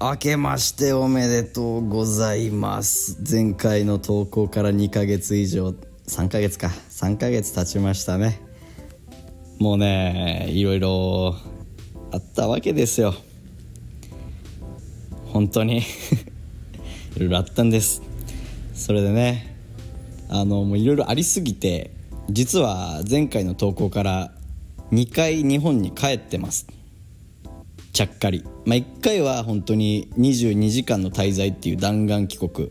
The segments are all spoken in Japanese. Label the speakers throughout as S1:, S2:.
S1: 明けましておめでとうございます前回の投稿から2ヶ月以上3ヶ月か3ヶ月経ちましたねもうねいろいろあったわけですよ本当に いろいろあったんですそれでねあのもういろいろありすぎて実は前回の投稿から2回日本に帰ってますちゃっかり、まあ、1回は本当に22時間の滞在っていう弾丸帰国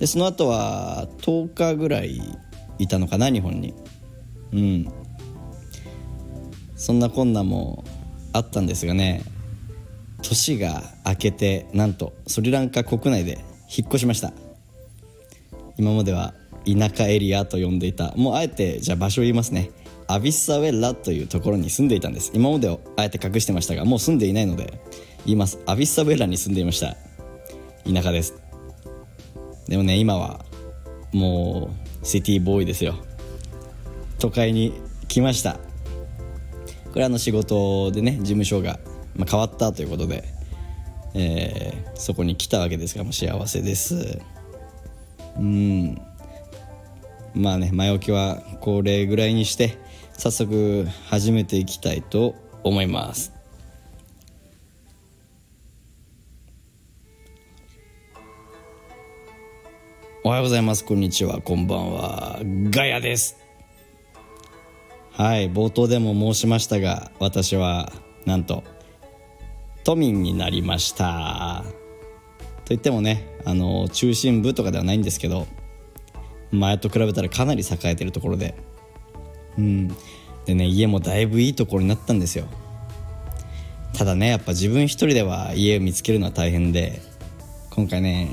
S1: でその後は10日ぐらいいたのかな日本にうんそんなこんなもあったんですがね年が明けてなんとスリランカ国内で引っ越しました今までは田舎エリアと呼んでいたもうあえてじゃあ場所を言いますねアビッサウェラというところに住んでいたんです今までをあえて隠してましたがもう住んでいないので言いますアビッサウェラに住んでいました田舎ですでもね今はもうシティボーイですよ都会に来ましたこれあの仕事でね事務所が、まあ変わったということで、えーそこに来たわけですがもう幸せですうんまあね前置きはこれぐらいにして早速始めていきたいと思いますおはようございますこんにちはこんばんはガヤですはい冒頭でも申しましたが私はなんと都民になりましたといってもねあの中心部とかではないんですけど前と比べたらかなり栄えてるところでうんでね家もだいぶいいところになったんですよただねやっぱ自分一人では家を見つけるのは大変で今回ね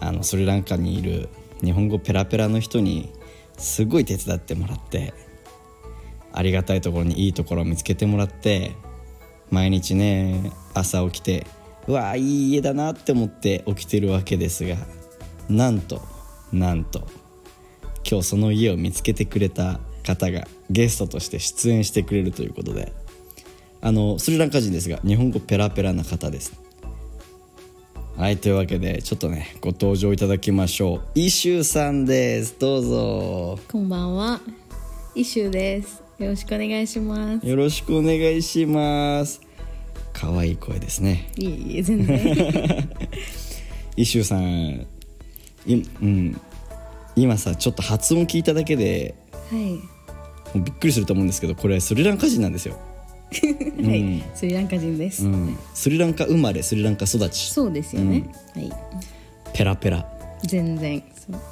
S1: あのスリランカにいる日本語ペラペラの人にすごい手伝ってもらってありがたいところにいいところを見つけてもらって毎日ね朝起きてうわーいい家だなって思って起きてるわけですがなんとなんと今日その家を見つけてくれた方がゲストとして出演してくれるということであのスリランカ人ですが日本語ペラペラな方ですはいというわけでちょっとねご登場いただきましょうイシューさんですどうぞ
S2: こんばんは、イシューです。よろしくお願いします。
S1: よろしくお願いします可愛い声ですね
S2: いえいえ、全然。
S1: イシューさんい、うん、今さちょっと発音聞いただけで
S2: はい。
S1: もうびっくりすると思うんですけどこれスリランカ人なんですよ、
S2: はい、スリランカ人です。
S1: うん、スリランカ生まれスリランカ育ち
S2: そうですよね。は
S1: ペラペラ
S2: い。全然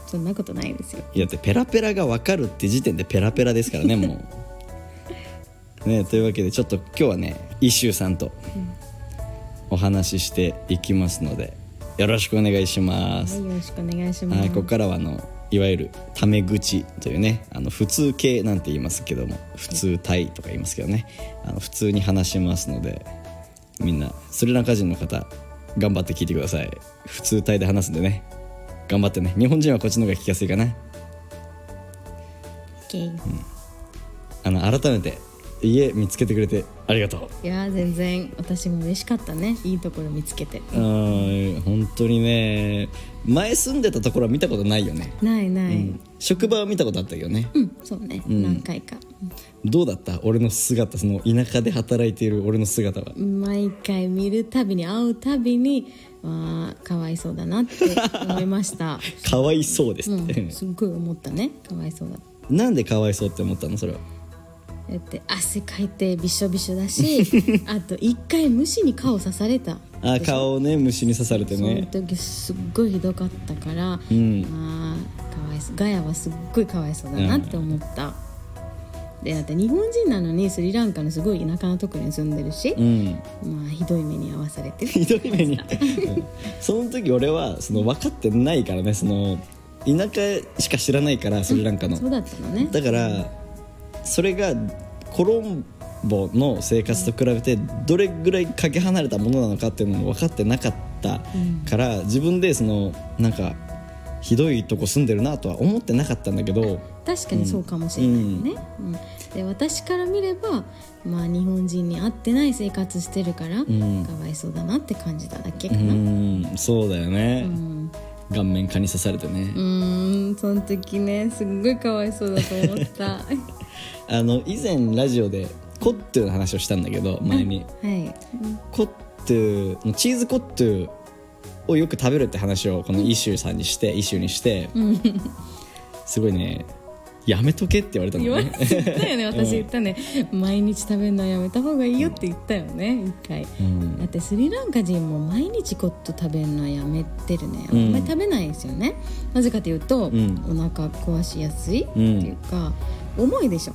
S2: そ、そんなことないですよ。
S1: いやだってペラペラが分かるって時点でペラペラですからねもう ねというわけでちょっと今日はね一周さんとお話ししていきますのでよろしくお願いしま
S2: は
S1: す、
S2: い、よろしくお願いします。
S1: はい、ここからはあのいわゆるタメ口というねあの普通系なんて言いますけども普通体とか言いますけどねあの普通に話しますのでみんなスリランカ人の方頑張って聞いてください普通体で話すんでね頑張ってね日本人はこっちの方が聞きやすいかな
S2: OK
S1: あの改めて家見つけてくれてありがと
S2: いやー、全然、私も嬉しかったね。いいところ見つけて。
S1: ううん本当にね前住んでたところは見たことないよね、
S2: ないな
S1: う
S2: い。
S1: ん、職場は見たことあったけどね
S2: うん、そうね。
S1: ん
S2: 何回か。
S1: どうだった俺の姿その田舎で働いている俺の姿は
S2: 毎回見るたびに会うたびにわあかわいそうだなって思いました、
S1: かわいそうです
S2: う
S1: って、
S2: ん、すっごい思ったねかわいそうだって
S1: なんでかわいそうって思ったのそれは
S2: だって汗かいてびしょびしょ だしあと一回虫に顔刺された
S1: あ顔をね虫に刺されて
S2: その
S1: ね
S2: 時すっごいひどかったから、
S1: うん
S2: あーかわいそうガヤはすっごいかわいそうだなって思った、でだって日本人なのにスリランカのすごい田舎のところに住んでるし
S1: う、ん
S2: まあひどい目に遭わされて
S1: ひどい目にうんその時俺はその分かってないからねその田舎しか知らないからスリランカの、
S2: そうだったのね
S1: だからそれがコロンボの生活と比べてどれぐらいかけ離れたものなのかっていうのも分かってなかったから、自分でそのなんかひどいとこ住んでるなとは思ってなかったんだけど
S2: 確かにそうかもしれないよね、うんで私から見れば、まあ、日本人に合ってない生活してるから、
S1: ん
S2: かわいそうだなって感じただけ
S1: う
S2: かな、
S1: んそうだよね、
S2: ん
S1: 顔面蚊に刺されてね、
S2: うーんその時ねすっごいかわいそうだと思ったは
S1: あの以前ラジオでコットゥの話をしたんだけど前に、
S2: い
S1: コットゥのチーズコットゥをよく食べるって話をこのイシューさんにしてイシューにして、すごいねやめとけって言われた
S2: 言
S1: の
S2: わ
S1: ね
S2: 言った よね私言ったね、毎日食べるのやめた方がいいよって言ったよね一回、
S1: ん
S2: だってスリランカ人も毎日コット食べるのはやめてるねあ
S1: うん
S2: んまり食べないですよね、なぜかというと、
S1: ん
S2: お腹壊しやすいっていうか、重いでしょ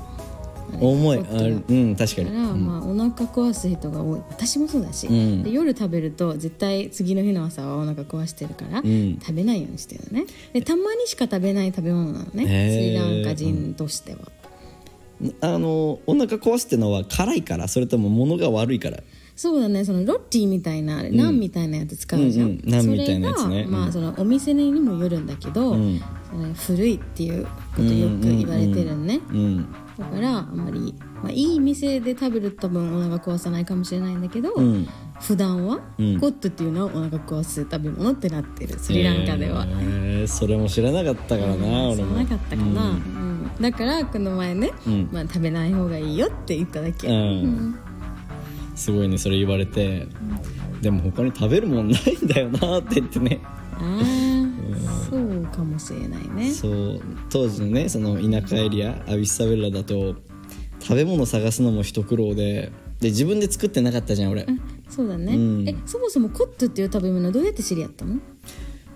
S2: あれ
S1: 重い
S2: コッ
S1: あ
S2: トが
S1: うん確か
S2: だ
S1: に
S2: か
S1: う
S2: ら、
S1: ん
S2: まあ、お腹壊す人が多い私もそうだし、
S1: うん
S2: で夜食べると絶対次の日の朝はお腹壊してるから、
S1: ん
S2: 食べないようにしてるのねでたまにしか食べない食べ物なの
S1: へー
S2: ねスリランカ人としては、
S1: あのお腹壊すってのは辛いからそれとも物が悪いから
S2: そうだねそのロッティみたいな、ナンみたいなやつ使うじゃん、
S1: うんうんナンみたいなやつね
S2: それが、
S1: うん
S2: まあ、そのお店にもよるんだけど、
S1: うん
S2: その古いっていうことよく言われてるのね、
S1: うん
S2: だからあんまり、まあ、いい店で食べると多分お腹壊さないかもしれないんだけど、
S1: ん
S2: 普段は、
S1: うん
S2: コットっていうのはお腹壊す食べ物ってなってるスリランカでは、
S1: えーそれも知らなかったからな、
S2: 知
S1: 俺
S2: ら
S1: も
S2: なかったかな、うんだからこの前ね、
S1: うん
S2: まあ、食べない方がいいよって言っただけ、
S1: うんすごいねそれ言われて、でも他に食べるもんないんだよなって言ってね
S2: ああそうかもしれないね
S1: そう当時のねその田舎エリアアビスサベッラだと食べ物探すのも一苦労でで自分で作ってなかったじゃん俺、
S2: そうだね、
S1: うん
S2: えそもそもコットっていう食べ物どうやって知り合ったの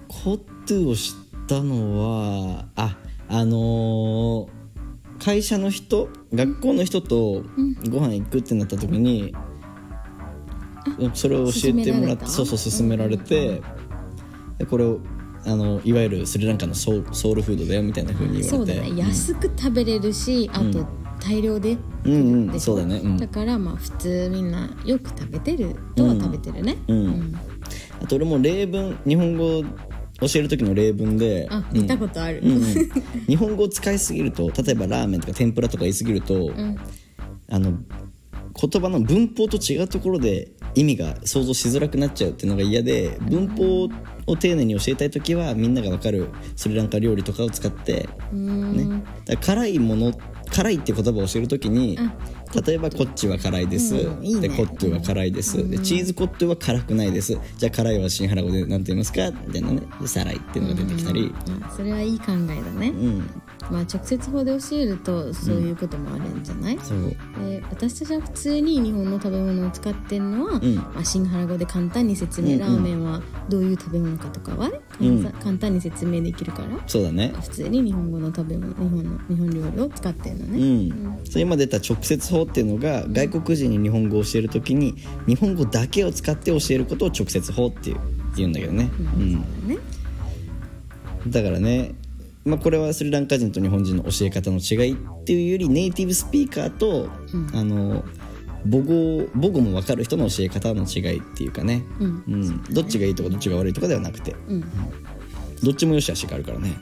S1: コットゥを知ったのはああのー会社の人学校の人とご飯行くってなった時に、それを教えてもらって
S2: 勧められた
S1: そうそう勧められて、でこれをあのいわゆるスリランカのソウソウルフードだよみたいな風に言
S2: そ
S1: わ
S2: う
S1: れ
S2: だ
S1: て
S2: ね安く食べれるし、あと大量で
S1: うんうん
S2: でし
S1: そ
S2: ょ
S1: うだねうん
S2: だからまあ普通みんなよく食べてるとは食べてるね、
S1: うんあと俺も例文日本語教える時の例文で
S2: あ
S1: うん
S2: 見たことある、
S1: うんうん日本語を使いすぎると例えばラーメンとか天ぷらとか言いすぎると、あの言葉の文法と違うところで意味が想像しづらくなっちゃうっていうのが嫌で文法を丁寧に教えたい時はみんなが分かるスリランカ料理とかを使って、ね、だから辛いもの辛いっていう言葉を教える時に例えばこっちは辛いです、
S2: うんいい
S1: で
S2: ね
S1: コットゥは辛いです、でチーズコットゥは辛くないですじゃあ辛いは新原語で何て言いますかみたいなねでサライっていうのが出てきたり。
S2: あそれはいい考えだね、
S1: うん、
S2: まあ直接法で教えるとそういうこともあるんじゃない、
S1: そう
S2: で私たちは普通に日本の食べ物を使ってるのは、
S1: ん
S2: まあ、シンハラ語で簡単に説明、ラーメンはどういう食べ物かとかはね、簡単簡単に説明できるから
S1: そうだね
S2: 普通に日本語の食べ物日本の日本料理を使ってるの
S1: う
S2: ね、
S1: ん、そう今出た直接法っていうのが外国人に日本語を教えるときに日本語だけを使って教えることを直接法っていう言うんだけどね、うん、
S2: ね
S1: だからね、まあ、これはスリランカ人と日本人の教え方の違いっていうよりネイティブスピーカーと、あの母語母語も分かる人の教え方の違いっていうかね、
S2: うん
S1: うん、どっちがいいとかどっちが悪いとかではなくて、
S2: うん
S1: どっちも良し悪しがあるからね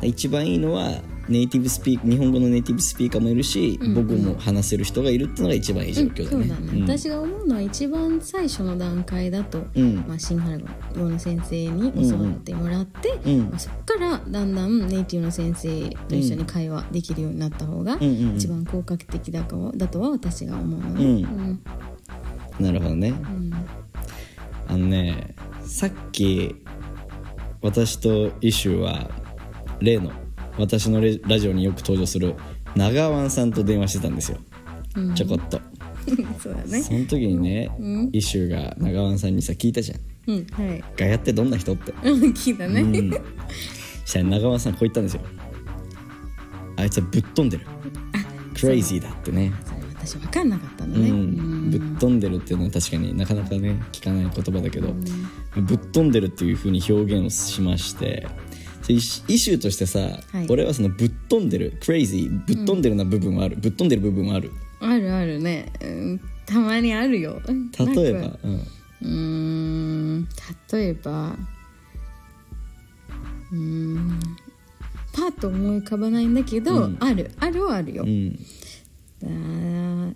S1: 一番いいのはネイティブスピー日本語のネイティブスピーカーもいるし、僕も話せる人がいるってのが一番いい状況だ
S2: そうだ
S1: ね,、
S2: ね、私が思うのは一番最初の段階だと、
S1: うん
S2: まあ、シンハラ語の先生に教わってもらって、
S1: うん
S2: まあそこからだんだんネイティブの先生と一緒に会話できるようになった方が
S1: んうんうん
S2: 一番効果的だかだとは私が思うの
S1: う
S2: ね、
S1: ん
S2: うん
S1: なるほどね、あのねさっき私とイシューは例の私のレラジオによく登場する長湾さんと電話してたんですよ、ちょこっと
S2: そうだね
S1: その時にね、イシューが長湾さんにさ聞いたじゃん
S2: うんはい
S1: ガヤってどんな人って
S2: うん聞いたね、
S1: したら長尾さんこう言ったんですよあいつはぶっ飛んでるクレイジーだってね
S2: それ私分かんなかったの
S1: う
S2: ね、
S1: ん、ぶっ飛んでるっていうのは確かになかなかね聞かない言葉だけど、ぶっ飛んでるっていうふうに表現をしましてでイシイシューとしてさ、
S2: い
S1: 俺はそのぶっ飛んでるクレイジーぶっ飛んでるな部分はある、ぶっ飛んでる部分はある
S2: あるあるね、うん、たまにあるよ
S1: 例え
S2: なん
S1: ば、
S2: か
S1: うん、
S2: うーん例えばうーんパーテと思い浮かばないんだけど、
S1: うん
S2: あるあるはあるよ、
S1: うん
S2: あー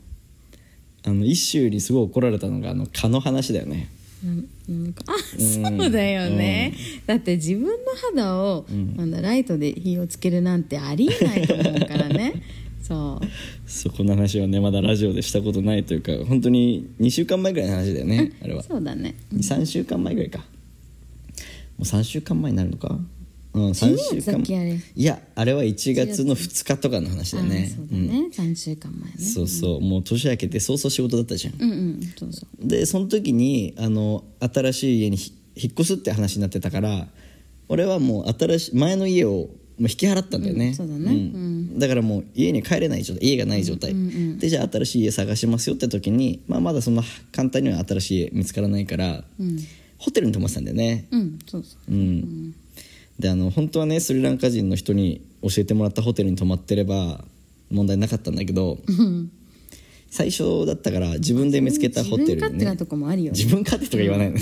S1: あの一周にすごい怒られたのがあの蚊の話だよね
S2: なんなんかあ
S1: うん
S2: そうだよね、だって自分の肌を、なんだライトで火をつけるなんてありえないと思うからねそう
S1: そこの話はねまだラジオでしたことないというか本当に2週間前ぐらいの話だよねあれは
S2: そうだね
S1: 23週間前ぐらいかもう3週間前になるのかうん3週間
S2: さっきあれ
S1: いやあれは1月の2日とかの話だ
S2: あ
S1: ね
S2: ーそうだね、3週間前ね
S1: うんそうそうもう年明けて早々仕事だったじゃん
S2: うんうんそうそう
S1: でその時にあの新しい家にひ引っ越すって話になってたから俺はもう新しい前の家をもう引き払ったんだよね、
S2: うんそうだね
S1: んだからもう家に帰れない状態家がない状態、でじゃあ新しい家探しますよって時に、まあ、まだそんな簡単には新しい家見つからないから、
S2: うん
S1: ホテルに泊まってたんだよね
S2: うんそうそう
S1: うん、であの本当はねスリランカ人の人に教えてもらったホテルに泊まってれば問題なかったんだけど最初だったから自分で見つけたホテル
S2: 自分勝手なとこもあるよね
S1: 自分勝手とか言わないの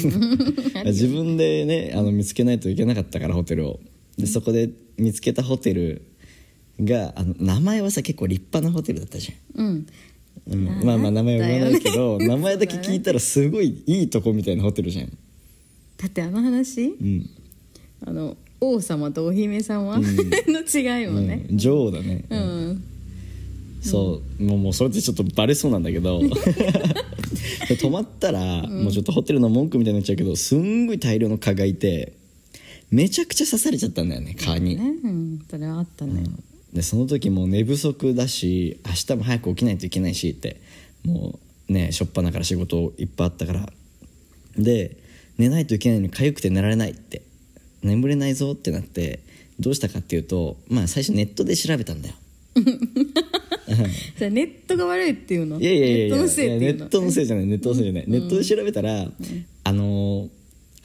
S1: 自分でねあの見つけないといけなかったからホテルをでそこで見つけたホテルがあの名前はさ結構立派なホテルだったじゃん
S2: うん
S1: うん
S2: あー
S1: まあまあ
S2: な
S1: 名前
S2: んだよ
S1: は
S2: ね
S1: 言わないけ ど名前だけ聞いたらすごいいいとこみたいなホテルじゃん、
S2: だってあの話
S1: うん
S2: あの王様とお姫様 の違いもね
S1: うん女王だね、
S2: うん、
S1: そうもうもうそれってちょっとバレそうなんだけ どで泊まったら、もうちょっとホテルの文句みたいになっちゃうけどすんごい大量の蚊がいてめちゃくちゃ刺されちゃったんだよね蚊に、
S2: ねうんそれはあったね、
S1: でその時もう寝不足だし明日も早く起きないといけないしってもうねしょっぱなから仕事いっぱいあったからで寝ないといけないのに痒くて寝られないって眠れないぞってなってどうしたかっていうとまあ最初ネットで調べたん だよ
S2: それネットが悪いっていうの
S1: いやいやいやいや
S2: ネットのせい
S1: や
S2: ってい
S1: ネ
S2: う
S1: ッ
S2: の
S1: トのせいじゃないネットのせいじゃない、ネットで調べたら、あのー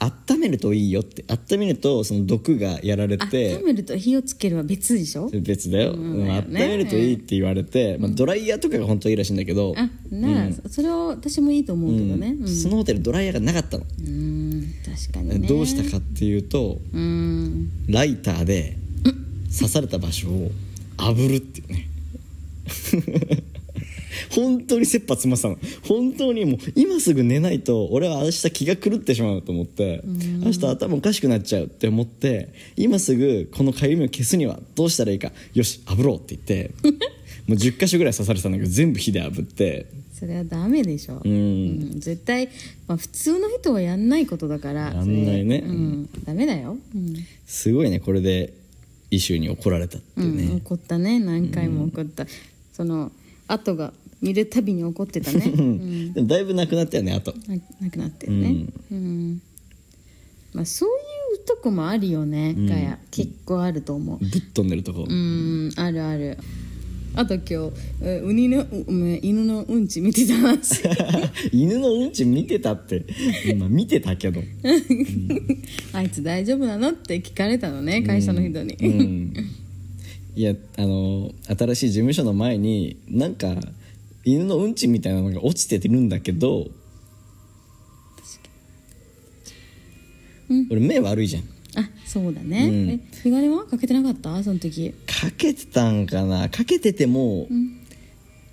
S1: 温めるといいよって温めるとその毒がやられて
S2: 温めると火をつけるは別でしょ
S1: 別だよ、
S2: うん
S1: まあ
S2: だよ
S1: 温
S2: ね
S1: めるといいって言われて、まあ、ドライヤーとかが本当はいいらしいんだけど
S2: あなあ、
S1: うん
S2: それは私もいいと思うけどね
S1: うん
S2: うん、
S1: そのホテルドライヤーがなかったの、
S2: うん確かにね
S1: どうしたかっていうと
S2: うん
S1: ライターで刺された場所を炙るっていうね 本当に切羽詰まってたの本当にもう今すぐ寝ないと俺は明日気が狂ってしまうと思って明日頭おかしくなっちゃうって思って今すぐこのかゆみを消すにはどうしたらいいかよし炙ろうって言って もう10箇所ぐらい刺されてたんだけど全部火で炙って
S2: それはダメでしょ、
S1: うん
S2: うん絶対、まあ、普通の人はやんないことだから
S1: やんないね
S2: それうん、ダメだよ、うん
S1: すごいねこれでイシューに怒られたっていうね、
S2: うん、怒ったね何回も怒った、その後が見るたびに怒ってたね、う、
S1: うんんでもだいぶなくなったよねあと
S2: ななくなってるねうん、まあそういうとこもあるよね、ガヤ結構あると思う
S1: ぶっ飛んでるとこ、
S2: うんあるあるあと今日えウニのううん犬のうんち見てた 話
S1: 犬のうんち見てたって今見てたけど、
S2: あいつ大丈夫なのって聞かれたのね会社の人に、
S1: うん、いやあの新しい事務所の前になんか犬のうんちみたいなのが落ちてるんだけど俺目悪いじゃん
S2: あそうだね、
S1: うん
S2: え眼鏡はかけてなかったその時
S1: かけてたんかなかけてても、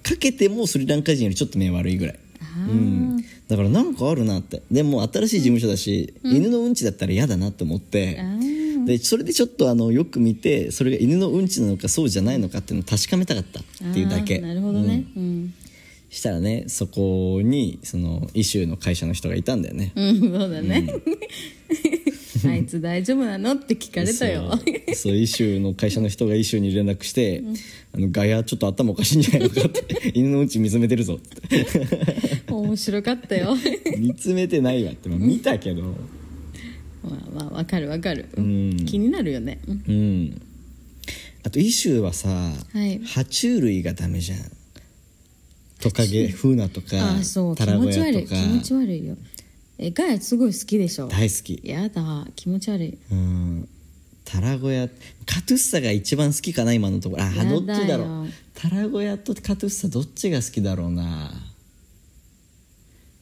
S1: かけてもスリランカ人よりちょっと目悪いぐらい
S2: あ
S1: う
S2: ー
S1: ん、だからなんかあるなってでも新しい事務所だし、犬のうんちだったら嫌だなと思って
S2: あー
S1: でそれでちょっとあのよく見てそれが犬のうんちなのかそうじゃないのかっていうのを確かめたかったっていうだけ
S2: あーなるほど
S1: う
S2: ね
S1: ん
S2: うん、
S1: したらねそこにそのイシューの会社の人がいたんだよね
S2: うん、 そうだね、 あいつ大丈夫なのって聞かれたよ
S1: そうそうイシューの会社の人がイシューに連絡して「あのガヤちょっと頭おかしいんじゃないのか」 って「犬のうんち見つめてるぞ」って
S2: 面白かったよ
S1: 見つめてないわってまあ見たけど
S2: まあまあわかるわかる、
S1: ん
S2: 気になるよね、うん
S1: うんあとイシューはさ、
S2: い
S1: 爬虫類がダメじゃんトカ ゲフーナとか
S2: ああそう
S1: タ
S2: 気
S1: ラゴ
S2: 持
S1: ヤ
S2: ち悪い
S1: と
S2: 気
S1: か
S2: 持ち悪いよえガヤすごい好きでしょ
S1: 大好き
S2: やだ気持ち悪い
S1: うんタラゴヤカトゥッサが一番好きかな今のところあ
S2: やだ
S1: どっ
S2: よ
S1: ちだろうタラゴヤとカトゥッサどっちが好きだろうな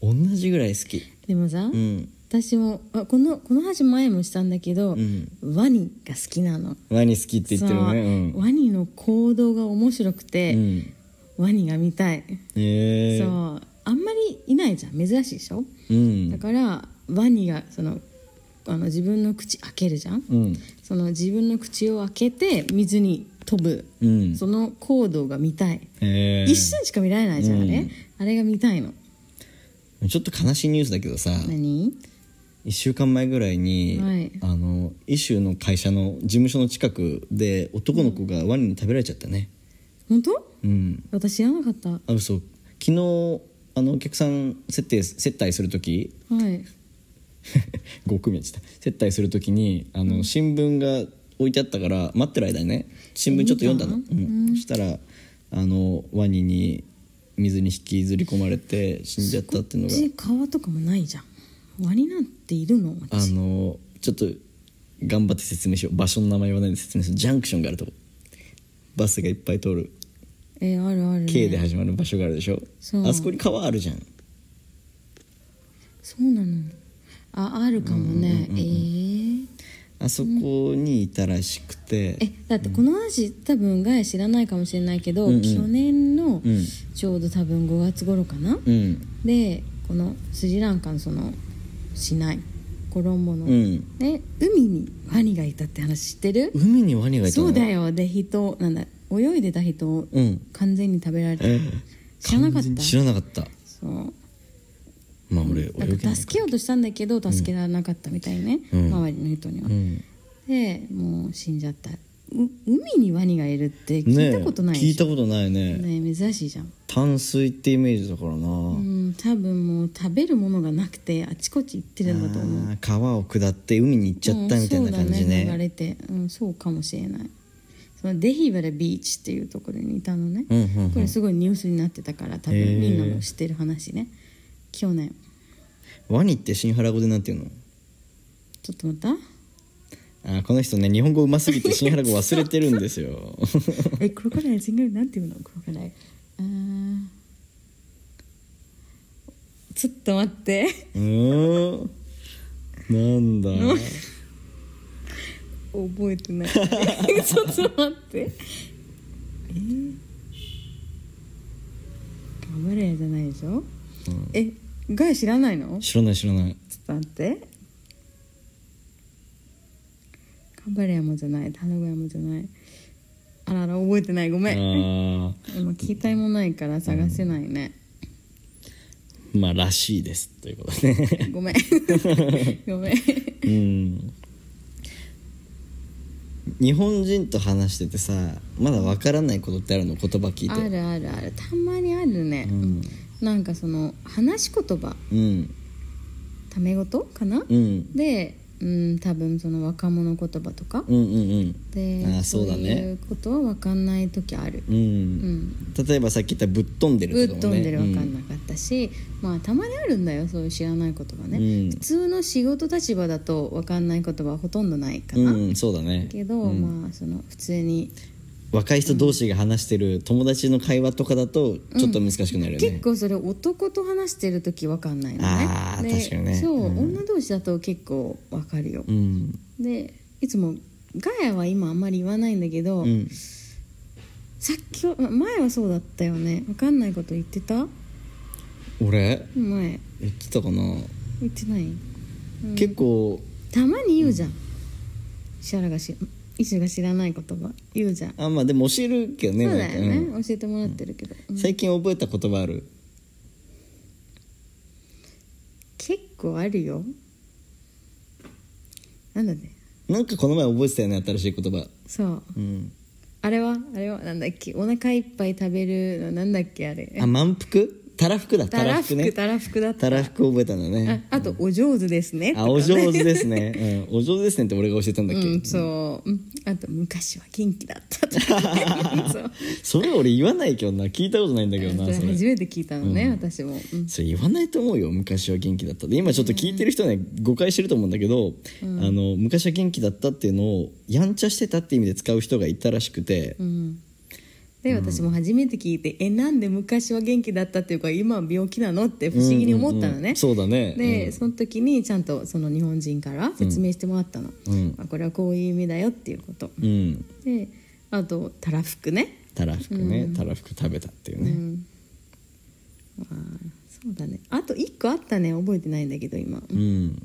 S1: 同じぐらい好き
S2: でもさ、
S1: うん
S2: 私もあこのこの話前もしたんだけ
S1: う
S2: ど、
S1: ん
S2: ワニが好きなの
S1: ワニ好きって言ってるね
S2: そうワニの行動が面白くて、
S1: うん、うん、
S2: ワニが見たい、
S1: ええ
S2: そうあんまりいないじゃん珍しいでしょ、
S1: うん
S2: だからワニがそのあの自分の口開けるじゃん、
S1: うん
S2: その自分の口を開けて水に飛ぶ、
S1: うん
S2: その行動が見たい、
S1: ええ
S2: 一瞬しか見られないじゃん、あ
S1: う
S2: れ
S1: ん
S2: あれが見たいの
S1: ちょっと悲しいニュースだけどさ
S2: 何
S1: 1週間前ぐらいに、
S2: はい
S1: あのイシューの会社の事務所の近くで男の子がワニに食べられちゃったね
S2: 本当
S1: うん
S2: 私知らなかったは
S1: あ嘘昨日あのお客さん接待接待する時
S2: い
S1: 5組やってた接待する時にあの、新聞が置いてあったから待ってる間にね新聞ちょっと読んだの、
S2: 見た
S1: うんそしたらあのワニに水に引きずり込まれて死んじゃったっていうのが
S2: うち川とかもないじゃんワニなんているの
S1: あ
S2: 私
S1: のちょっと頑張って説明しよう場所の名前言わないで説明するジャンクションがあるとこバスがいっぱい通る
S2: えーあるある、ね、
S1: K で始まる場所があるでしょ、
S2: そう
S1: あそこに川あるじゃん
S2: そうなのああるかもね、えー
S1: あそこにいたらしくて、
S2: えだってこの話、多分ガヤ知らないかもしれないけど、
S1: うんうん
S2: 去年の
S1: うん
S2: ちょうど多分5月頃かな、
S1: うん
S2: でこのスリランカのその市内コロンボの、
S1: うん
S2: ね、海にワニがいたって話知ってる
S1: 海にワニがいたの
S2: そうだよで人をなんだ泳いでた人を
S1: うん
S2: 完全に食べられた、
S1: え
S2: 知らな
S1: 完
S2: かった
S1: 全に知らなかった
S2: そう
S1: まあ俺泳
S2: だか
S1: げな
S2: ら
S1: い
S2: 助けようとしたんだけど助けられなかったみたいね、
S1: うん
S2: 周りの人には、
S1: うん
S2: でもう死んじゃったう海にワニがいるって聞
S1: ね
S2: い
S1: え
S2: たことない
S1: 聞
S2: で
S1: い
S2: しょ
S1: たことないね
S2: ね珍しいじゃん
S1: 淡水ってイメージだからな、
S2: うん多分もう食べるものがなくてあちこち行ってるんだと思う
S1: あー川を下って海に行っちゃったみたいな感じね,、
S2: うんそうだね流れて、うん、そうかもしれないそのデヒバラビーチっていうところにいたのね、
S1: うんうんうん
S2: これすごいニュースになってたから多分
S1: へー
S2: みんなも知ってる話ね去年
S1: ワニって新原語でなんていうの
S2: ちょっと待 った
S1: あーこの人ね日本語うますぎて新原語忘れてるんですよ
S2: えクロコダイルジングルなんていうのクロコダイルあーちょっと待って
S1: うーんなんだ
S2: 覚えてない ちょっと待ってえー頑張れやじゃないでしょ、えガイ知らないの
S1: 知
S2: ちょ
S1: らない知らない
S2: っと待って頑張れやもじゃない頼むやもじゃないあらあら覚えてないご
S1: あ
S2: めん
S1: ー
S2: 今聞きたいもないから探せないね、
S1: まあらしいですということでね
S2: ごめんごめん
S1: うん日本人と話しててさまだわからないことってあるの言葉聞いて
S2: あるあるあるたまにあるね、
S1: うん
S2: なんかその話し言葉
S1: うん
S2: タメ語かな、
S1: うん
S2: で、うん、多分その若者言葉とか、
S1: うんうん
S2: で
S1: あーそうだね
S2: いうことは分かんない時ある
S1: うんう、
S2: うんん
S1: 例えばさっき言ったぶっ飛んで
S2: ぶ
S1: る
S2: っ
S1: とかもね
S2: 飛んでる
S1: う
S2: 分かんなかったし、まあたまにあるんだよそういう知らない言葉ね、
S1: うん
S2: 普通の仕事立場だと分かんない言葉はほとんどないか
S1: う
S2: な、
S1: ん、そうだね
S2: けど、
S1: うん
S2: まあその普通に、
S1: 若い人同士が話してる友達の会話とかだとちょっと難しくなるよね、
S2: 結構それ男と話してる時分かんないのね
S1: あー
S2: で
S1: 確かにね
S2: そう、
S1: うん
S2: 女同士だと結構分かるよ、
S1: うん、
S2: でいつもガヤは今あんまり言わないんだけど、
S1: うん、
S2: さっきは前はそうだったよね分かんないこと言ってた
S1: 俺
S2: 前
S1: 言ってたかな、
S2: 言ってない
S1: 結構
S2: たまに言うじゃん、シャラがし一種が知らない言葉言うじゃん、
S1: あまあでも教えるけどね
S2: そうだよ
S1: な
S2: ね
S1: ん、か
S2: 教えてもらってるけど、
S1: う
S2: うんん
S1: 最近覚えた言葉ある
S2: 結構あるよなんだね
S1: なんかこの前覚えてたよね新しい言葉
S2: そう
S1: うん
S2: あれはあれはなんだっけお腹いっぱい食べるのなんだっけあれ
S1: あ満腹たらふくだた
S2: た
S1: ら
S2: ら
S1: ふ
S2: ふ
S1: くね
S2: くたらふくだった
S1: たらふく覚えたんだ
S2: あ
S1: ね
S2: あとお上手ですねと
S1: あ
S2: かね
S1: お上手です ね、うん、お上手ですねって俺が教えたんだっけ、
S2: うん、そう、うん、あと昔は元気だったとかそう
S1: それ俺言わないけどな聞いたことないんだけど な
S2: そ
S1: そ
S2: れ
S1: れ
S2: 初めて聞いたのね、私も、うん
S1: それ言わないと思うよ昔は元気だったで今ちょっと聞いてる人ね誤解してると思うんだけど、あの昔は元気だったっていうのをやんちゃしてたって意味で使う人がいたらしくて、
S2: うんで私も初めて聞いて「えなんで昔は元気だったっていうか今は病気なの?」って不思議に思った
S1: うん
S2: のね、
S1: うんうんそうだね
S2: で、
S1: うん
S2: その時にちゃんとその日本人から説明してもらったの、
S1: うん
S2: まあ、これはこういう意味だよっていうこと
S1: うん
S2: であとたらふくね
S1: たらふくね、たらふく食べたっていうね、
S2: うんまあそうだねあと1個あったね覚えてないんだけど今、
S1: うん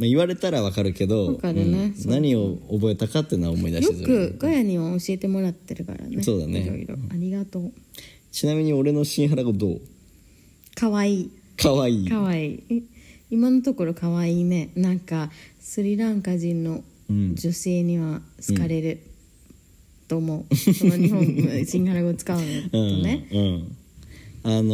S1: まあ、言われたらわかるけど
S2: わかる
S1: う
S2: ね
S1: ん
S2: そう
S1: 何を覚えたかっていうのは思い出し
S2: よ
S1: てず
S2: くガヤには教えてもらってるからね
S1: そうだね
S2: いろいろありがとう
S1: ちなみに俺の新原語どう
S2: かわいい
S1: かわいい
S2: かわいい今のところかわいいねなんかスリランカ人の
S1: うん
S2: 女性には好かれる、と思うその日本シンガラ語使うの
S1: う
S2: と
S1: ん、
S2: ね、
S1: うん、あの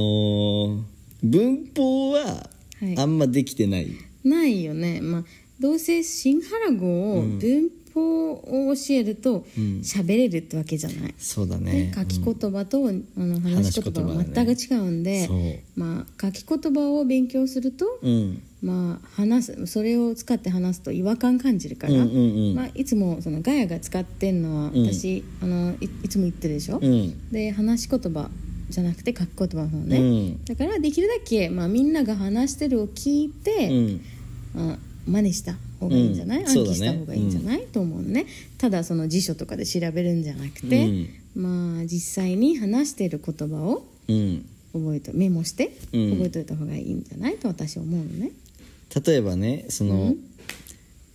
S1: ー文法は
S2: はい
S1: あんまできてない、
S2: ないよねまあどうせシンハラ語を文法を教えると喋れるってわけじゃない、
S1: そうだ
S2: で
S1: ね
S2: 書き言葉と、あの話し言葉
S1: 話し言
S2: は
S1: 葉だね
S2: 全く違うんで、まあ、書き言葉を勉強すると、
S1: うんうん
S2: まあ、話すそれを使って話すと違和感感じるから、
S1: うんうんうん
S2: まあ、いつもそのガヤが使ってんのは
S1: うん
S2: 私、あのいいつも言ってるでしょ、
S1: うん
S2: で話し言葉じゃなくて書き言葉の方ね、
S1: うん
S2: だからできるだけ、まあ、みんなが話してるを聞いて、
S1: ん
S2: あ真似した方がいいんじゃない、
S1: うん
S2: 暗
S1: そうだ
S2: 記
S1: ね
S2: した方がいいんじゃない、と思うのねただその辞書とかで調べるんじゃなくて、まあ実際に話してる言葉を
S1: うん
S2: 覚えとメモして
S1: うん
S2: 覚えておいた方がいいんじゃないと私は思うのね。
S1: 例えばねその、
S2: うん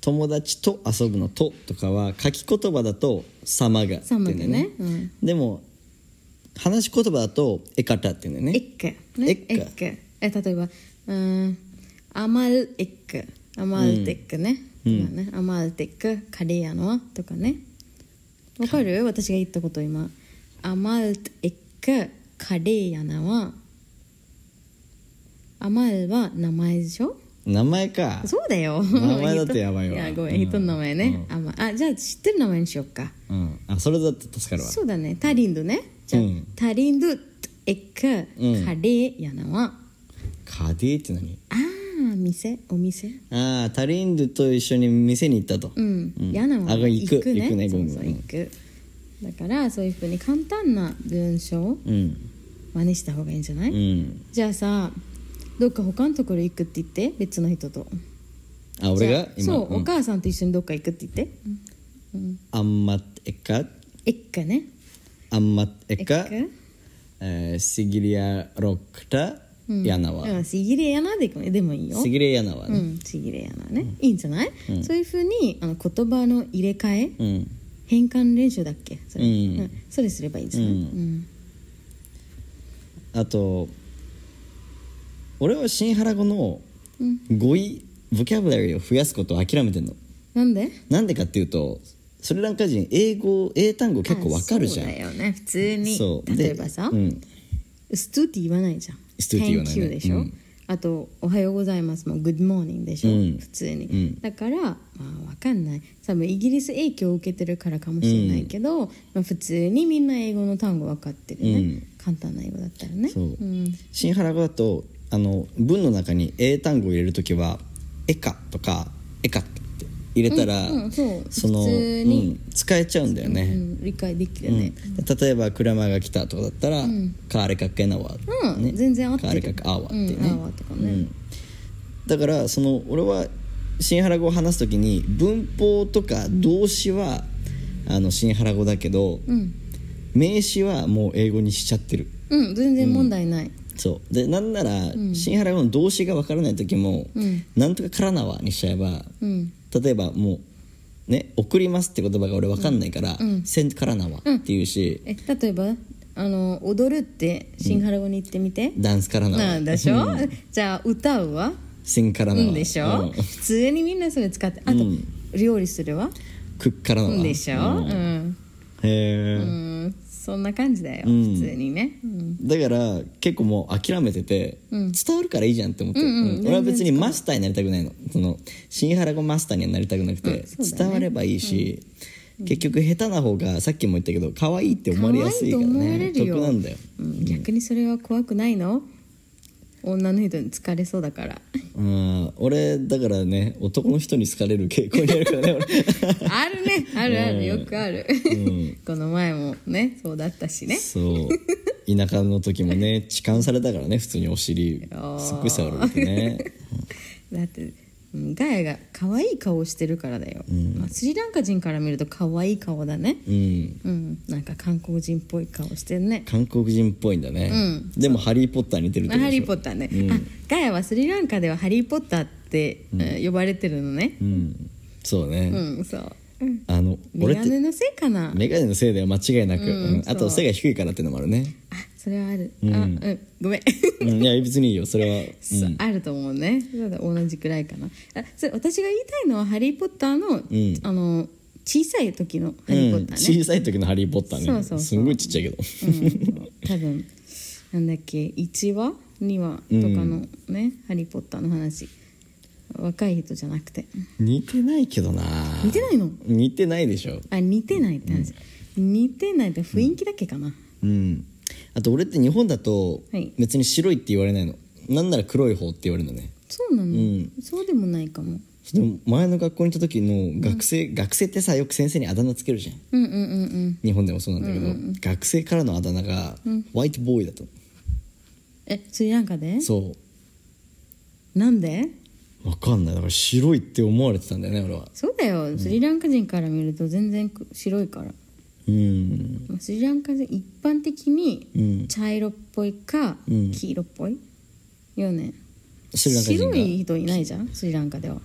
S1: 友達と遊ぶの「と」とかは書き言葉だと「様が」っていうんだよね
S2: 様がね
S1: でも話し言葉だと「えかた」っていうんだよね
S2: エッグ、ね、
S1: エッグ
S2: え例えばうーんアマルエッグアマルテックね,、
S1: うん
S2: 今ねアマルテックカレーやのはとかねわかる私が言ったこと今アマルテックカレーやなはアマルは名前でしょ
S1: 名前か
S2: そうだよ
S1: 名前だとやばいわ
S2: いやごめ
S1: うん
S2: ん人の名前ね、
S1: う
S2: あまあじゃあ知ってる名前にしよっか
S1: うん、あそれだと助かるわ
S2: そうだねタリンドねじゃあ、
S1: うん
S2: タリンドエック
S1: うん
S2: カレーやなは、
S1: カデーって何
S2: ああ店お店
S1: ああタリンドゥと一緒に店に行ったと
S2: うん、
S1: うん
S2: 嫌なもの
S1: あ行く
S2: ね
S1: 行くね
S2: そう
S1: ご
S2: そう
S1: めん
S2: 行くだからそういうふうに簡単な文章を
S1: うん
S2: 真似した方がいいんじゃな
S1: う
S2: い、
S1: ん
S2: じゃあさどっか他のところ行くって言って別の人と
S1: あ俺が
S2: じゃあ
S1: 今
S2: そう、
S1: うん
S2: お母さんと一緒にどっか行くって言って、うん、
S1: あんまえか
S2: エッカね
S1: あんまえか
S2: えっか
S1: えーシギリアロクタヤナワ
S2: うんちぎれやなででもいいよ
S1: シギリアヤナワ
S2: う
S1: ね
S2: んちぎれやなね、いいんじゃない、そういうふうにあの言葉の入れ替え、
S1: うん
S2: 変換練習だっけそれ,、
S1: うん
S2: それすればいいんじゃない、
S1: うん
S2: うん
S1: あと俺は新原語の語彙ボキャブラリーを増やすことを諦めてんの
S2: なんで
S1: なんでかっていうとスリランカ人英語英単語結構わかるじゃん
S2: あそうだよね普通に
S1: そうで
S2: 例えばさ、
S1: うん
S2: ストゥーって言わないじゃん
S1: ストゥーって言わないね
S2: Thank you でしょ、
S1: うん
S2: あと「おはようございます」も「Good morning」でしょ、
S1: うん
S2: 普通に、
S1: うん
S2: だからまあわかんない多分イギリス影響を受けてるからかもしれないけど、まあ、普通にみんな英語の単語分かってるね、
S1: うん
S2: 簡単な英語だったらね
S1: そうん新原語だとあの文の中に英単語を入れるときは「えか」とか「えか」って入れたら、
S2: うんうんそう
S1: の
S2: 普通に
S1: うん使えちゃうんだよ
S2: う
S1: ね、
S2: ん、理解できる
S1: うん
S2: ね、
S1: 例えば「車が来た」とかだったら「
S2: ん
S1: カーレカケナワ」
S2: うん全然合ってる
S1: カーレカケアワ」ってね,、
S2: うんアワとかね
S1: うんだからその俺は新原語を話すときに文法とか動詞はあの新原語だけど、
S2: うん
S1: 名詞はもう英語にしちゃってる
S2: うん、全然問題ない、
S1: そうでなんなら、新原語の動詞がわからない時も、
S2: うん
S1: なんとかからなわにしちゃえば、
S2: うん
S1: 例えばもうね「送ります」って言葉が俺わかんないから「
S2: うん
S1: せんからなわ」っていうし、
S2: え例えばあの踊るってシンハラ語に言ってみて、
S1: ダンスからなわ」
S2: なんでしょ、
S1: う
S2: じゃあ歌うは
S1: せんから
S2: う
S1: なわ」
S2: んでしょ、
S1: うん
S2: 普通にみんなそれ使ってあと、
S1: うん
S2: 料理するは
S1: くっからな
S2: う
S1: わ」
S2: んでしょ
S1: う
S2: うん
S1: へ
S2: ん、
S1: え、
S2: うん、そんな感じだよ、
S1: うん
S2: 普通にね、うん
S1: だから結構もう諦めてて、
S2: うん
S1: 伝わるからいいじゃんって思ってる、
S2: うんうん
S1: うん俺は別にマスターになりたくないのその新原語マスターにはなりたくなくて、
S2: うんそうだね
S1: 伝わればいいし、結局下手な方がさっきも言ったけど可愛いって思われやすいから
S2: 可愛いと思われ
S1: ね
S2: るよ
S1: 得なんだよ
S2: うん逆にそれは怖くないの女の人に疲れそうだ から
S1: うん俺だからね男の人に好かれる傾向にあるからね俺
S2: あるねあるあるよくある、
S1: ん
S2: この前もねそうだったしね
S1: そう田舎の時も ね痴漢されたからね普通にお尻すっごい触られてね
S2: だってうんガヤが可愛い顔してるからだよ、まあ、スリランカ人から見ると可愛い顔だね
S1: うん
S2: うんなんか韓国人っぽい顔してるね
S1: 韓国人っぽいんだね、でも「ハリー・ポッター」似てるって
S2: あ
S1: こと
S2: ハ
S1: でし
S2: リ
S1: ょ
S2: ー・ポッターね、
S1: うん
S2: あガヤはスリランカではハリー・ポッターって、えー呼ばれてるのね
S1: うんそうね、
S2: うんそう
S1: あの
S2: メ
S1: 俺
S2: ガ
S1: っ
S2: ネ
S1: て
S2: のせいかな
S1: メガネのせいでは間違いなく、
S2: うん
S1: うんあ
S2: そう
S1: と背が低いからっていうのもあるね、
S2: あそれはある、
S1: ん
S2: あうんごめん
S1: うん、いや別にいいよそれは、
S2: そう
S1: うん、
S2: あると思うねそうだ同じくらいかなあそれ私が言いたいのは「ハリー・ポッターの」
S1: ん
S2: あの小さい時の「ハリー・ポッター
S1: う
S2: ね」
S1: ん小さい時の「ハリー・ポッターね」
S2: そうそうそう
S1: すんごいちっちゃいけど
S2: うん多分なんだっけ1話2話とかのね「ハリー・ポッター」の話若い人じゃなくて
S1: 似てないけどな
S2: 似てないの
S1: 似てないでしょ
S2: あ似てないって話、似てないって雰囲気だけかな、
S1: うんあと俺って日本だと
S2: はい
S1: 別に白いって言われないの、なんなら黒い方って言われるのね
S2: そうなの、
S1: ん
S2: そうでもないかも
S1: でも前の学校に行った時の学生、学生ってさよく先生にあだ名つけるじゃん
S2: うんうんうんうん
S1: 日本でもそうなんだけど、学生からのあだ名がホワイトボーイだと、
S2: えスリランカで
S1: そ
S2: なんで
S1: うわかんないだから白いって思われてたんだよね俺は
S2: そうだよスリランカ人から見ると全然く白いから、
S1: うん
S2: まあスリランカ人一般的
S1: う
S2: に
S1: ん
S2: 茶色っぽいか、
S1: うん
S2: 黄色っぽいよね
S1: スリランカ人が
S2: 白い人いないじゃんスリランカでは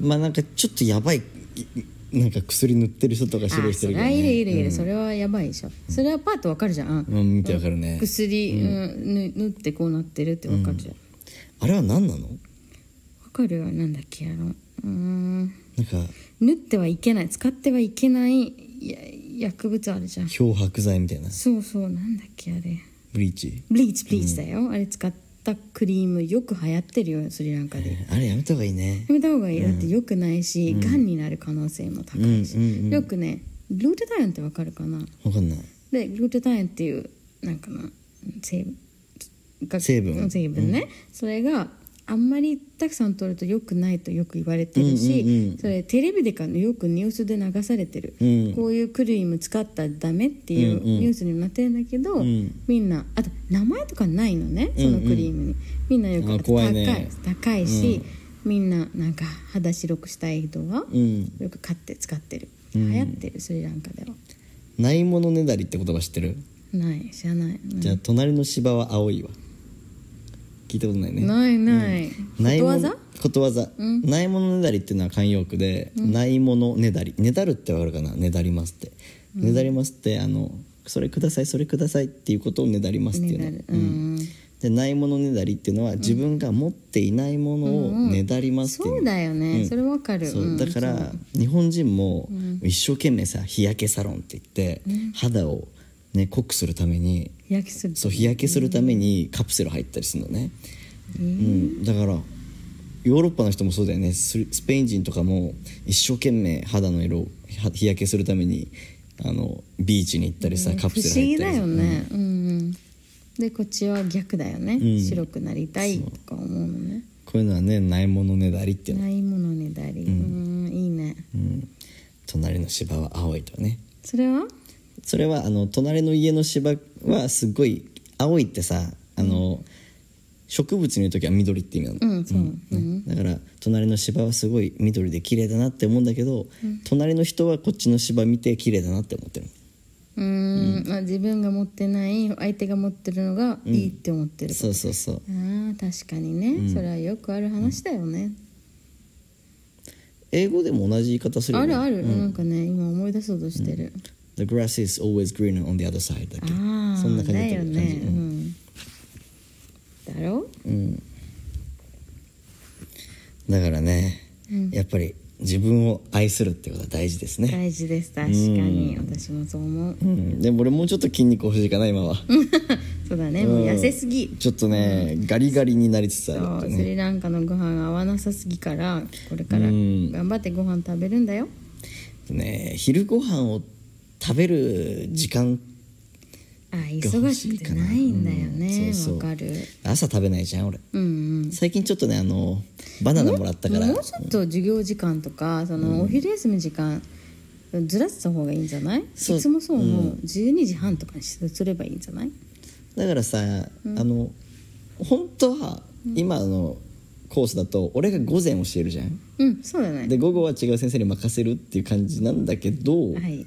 S1: まあなんかちょっとやばいいいなんか薬塗ってる人とか白い
S2: あ
S1: 人
S2: そ
S1: いる
S2: れ
S1: けど、
S2: は
S1: ね、
S2: いるいるいる、それはやばいでしょそれはパッとわかるじゃん、
S1: うん、うん見てわかるね、
S2: 薬、うん、ぬ縫ってこうなってるってわかるじゃん、
S1: あれは何なの
S2: わかるよなんだっけあのうーん
S1: なんか
S2: 縫ってはいけない使ってはいけないや薬物あるじゃん
S1: 漂白剤みたいな
S2: そうそうなんだっけあれ
S1: ブリーチ
S2: ブリーチブリーチだよ、あれ使ったクリームよく流行ってるよスリランカで。
S1: あれやめた方がいいね
S2: やめた方がいい、だって良くないし、癌んになる可能性も高いし、
S1: うんうんうん
S2: よくねグルテタインってわかるかな
S1: わかんない
S2: でグルテタインっていうなんかな成が
S1: 成分
S2: 成分ね、それがあんまりたくさん取ると良くないとよく言われてるし、
S1: うんうんうん
S2: それテレビでかよくニュースで流されてる、
S1: うん
S2: こういうクリーム使ったらダメっていう
S1: うんうん
S2: ニュースにもなってるんだけど、
S1: うん
S2: みんなあと名前とかないのねそのクリームに、みんなよく
S1: あ
S2: あと
S1: 怖
S2: 高
S1: い
S2: い
S1: ね
S2: 高いし、みんななんか肌白くしたい人は
S1: うん
S2: よく買って使ってる、
S1: うん
S2: 流行ってるスリランカでは
S1: ないものねだりって言葉知ってる、
S2: ない知らない、うん
S1: じゃあ隣の芝は青いわ聞いたことないね
S2: ないない。
S1: ないも
S2: ことわ
S1: の
S2: ざ？
S1: ことわざ、
S2: うん
S1: ないものねだりっていうのは慣用句で、ないものねだりねだるってわかるかなねだりますって、ねだりますってあのそれくださいそれくださいっていうことをねだりますってい
S2: ね
S1: うの
S2: だる。
S1: う
S2: うんん。
S1: でないものねだりっていうのは自分が持っていないものをねだりますっていう、
S2: そうだよね。
S1: うん
S2: それわかる。
S1: そ
S2: うん
S1: うだから日本人も一生懸命さ日焼けサロンって言って肌をね濃くするために
S2: 日焼けする。
S1: そう日焼けするためにカプセル入ったりするのね、
S2: う
S1: うんん、だからヨーロッパの人もそうだよねスリスペイン人とかも一生懸命肌の色をは日焼けするためにあのビーチに行ったりさ、カ
S2: 不
S1: プセル入
S2: 思議
S1: った
S2: だ
S1: りさ
S2: よね。うんうん。でこっちは逆だよ
S1: う
S2: ね。
S1: ん
S2: 白くなりたいとか思うのね。
S1: こういうのはねないものねだりっていうの、
S2: ないものねだり。うんいいね。
S1: うん、隣の芝は青いとね
S2: それは？
S1: それはあの隣の家の芝はすっごい青いってさあの、植物に言う時は緑って意味なの、
S2: うんそう。うん。
S1: だから隣の芝はすごい緑で綺麗だなって思うんだけど、隣の人はこっちの芝見て綺麗だなって思ってる
S2: うーん、まあ自分が持ってない相手が持ってるのがいいって思ってる
S1: そうそうそう
S2: ああ確かにね、それはよくある話だよね、
S1: 英語でも同じ言い方するよ
S2: あ
S1: ね
S2: るある、なんかね今思い出そうとしてる、
S1: The grass is always greener on the other side だっけそ
S2: ああ
S1: んな感じ
S2: だ
S1: った
S2: よ
S1: 感じ
S2: ね、う
S1: うん
S2: ん、だろ
S1: うん、だからね、やっぱり自分を愛するってことは大事ですね、
S2: 大事です確かに、私もそう思う
S1: うん、でも俺もうちょっと筋肉欲しいかな今は
S2: そうだねもう痩せすぎ、
S1: ちょっとね、ガリガリになりつつある
S2: そ
S1: って
S2: うス
S1: ね
S2: リランカのご飯が合わなさすぎからこれから
S1: うん
S2: 頑張ってご飯食べるんだよ、
S1: ね昼ご飯を食べる時間
S2: あ忙しくてないんだよねわ、
S1: うんそうそう
S2: かる
S1: 朝食べないじゃん俺
S2: うんうん
S1: 最近ちょっとねあのバナナもらったから
S2: もうちょっと授業時間とかそのお昼休み時間ずらした方がいいんじゃないい
S1: そう
S2: つもそうもう12時半とかにすればいいんじゃない
S1: だからさ、あの本当は今のコースだと俺が午前教えるじゃん
S2: うんそうだね
S1: で午後は違う先生に任せるっていう感じなんだけど、
S2: はい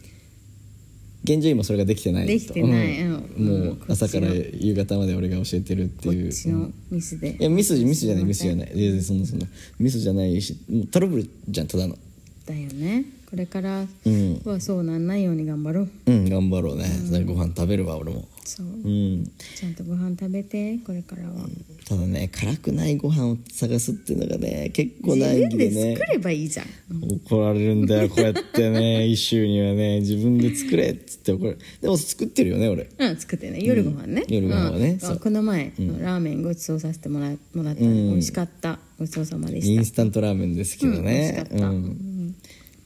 S1: 現状今それができてないと
S2: できてないうん
S1: も
S2: うん
S1: う朝から
S2: こっ
S1: 夕方まで俺が教えてるって
S2: こ
S1: いう
S2: っちのミスで
S1: いやミスミスじゃないミスじゃないいやそんなそんなミスじゃないしもうトラブルじゃんただの
S2: だよねこれから
S1: うん
S2: はそうなんないように頑張ろう
S1: うん頑張ろうね、ご飯食べるわ俺も
S2: そう
S1: うん
S2: ちゃんとご飯食べてこれからは
S1: ただね辛くないご飯を探すっていうのがね結構
S2: 自
S1: 難
S2: 分
S1: 儀で
S2: で
S1: ね
S2: 作ればいいじゃん
S1: 怒られるんだよこうやってね 一周にはね自分で作れっつって怒るでも作ってるよね俺
S2: うん作ってね夜ご飯ね、
S1: うん夜ご飯はね
S2: うん
S1: そう
S2: この前、ラーメンごちそうさせてもらもらったの、
S1: うん
S2: 美味しかったごちそうさまで
S1: イ
S2: し
S1: ン
S2: た
S1: スタントラーメンですけどね、
S2: うん美味しかった
S1: ん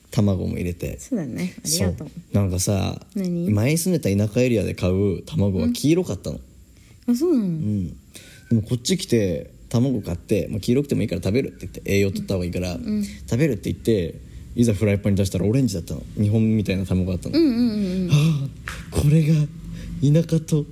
S1: 卵も入れて
S2: そうだねありがとう
S1: なんかさ
S2: 何
S1: 前に住んでた田舎エリアで買う卵は黄色かったの、
S2: あそうなの、
S1: うん、でもこっち来て卵買って、まあ、黄色くてもいいから食べるって言って栄養取った方がいいから、食べるって言っていざフライパンに出したらオレンジだったの日本みたいな卵だったの、
S2: うんうんうんうん
S1: はあこれが田舎と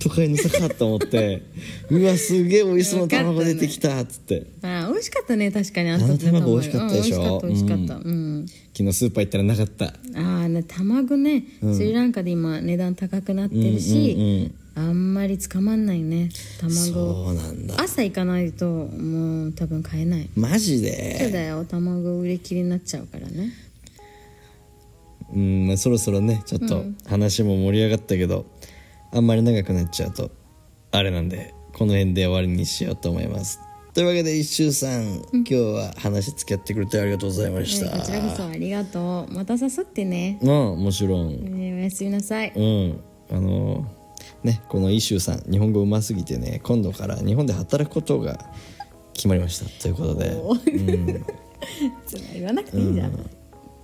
S1: 都会の差かと思って うわすげえ美味しそうな卵出てきたっつって
S2: あ美味しかったね確かにあ
S1: あの
S2: 時
S1: 卵美味しかったでしょ
S2: うん美味しかった美味しかった、うん
S1: 昨日スーパー行ったらなかった
S2: ああね卵ね、スリランカで今値段高くなってるし、
S1: うんうん
S2: あんまり捕まんないね
S1: そ
S2: 卵
S1: うなんだ
S2: 朝行かないともう多分買えない
S1: マジ
S2: そう
S1: で
S2: だよ卵売り切りになっちゃうからね
S1: うん、まあ、そろそろねちょっと話も盛り上がったけど、あんまり長くなっちゃうとあれなんでこの辺で終わりにしようと思いますというわけで一周さん、今日は話付き合ってくれてありがとうございました、
S2: はいこちらこそありがとうまた誘ってね、
S1: うんもちろん、
S2: えーおやすみなさい
S1: うん、あのねこのイシューさん日本語うますぎてね今度から日本で働くことが決まりましたということで、うん、
S2: つまり言わなくていいじゃん、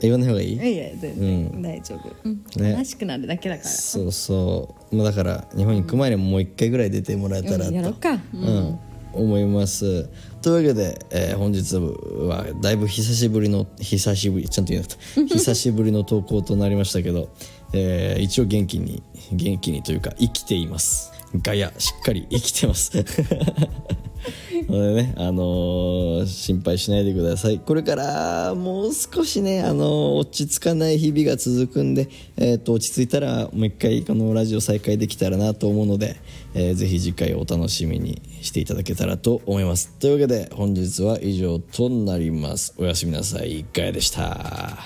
S1: 言わない方がい い、
S2: いやいや全然、大丈夫、うん
S1: ね
S2: 悲しくなるだけだから
S1: そうそう、まあ、だから日本に行く前にもう一回ぐらい出てもらえたらと、
S2: うんやろうかう
S1: うん思いますというわけで、えー本日はだいぶ久しぶりの久しぶりちゃんと言えなかった 久しぶりの投稿となりましたけど、えー一応元気に元気にというか生きていますガヤしっかり生きてます のでね、あのー心配しないでくださいこれからもう少しね、あのー落ち着かない日々が続くんで、えー、と落ち着いたらもう一回このラジオ再開できたらなと思うので、えーぜひ次回お楽しみにしていただけたらと思いますというわけで本日は以上となりますおやすみなさいガヤでした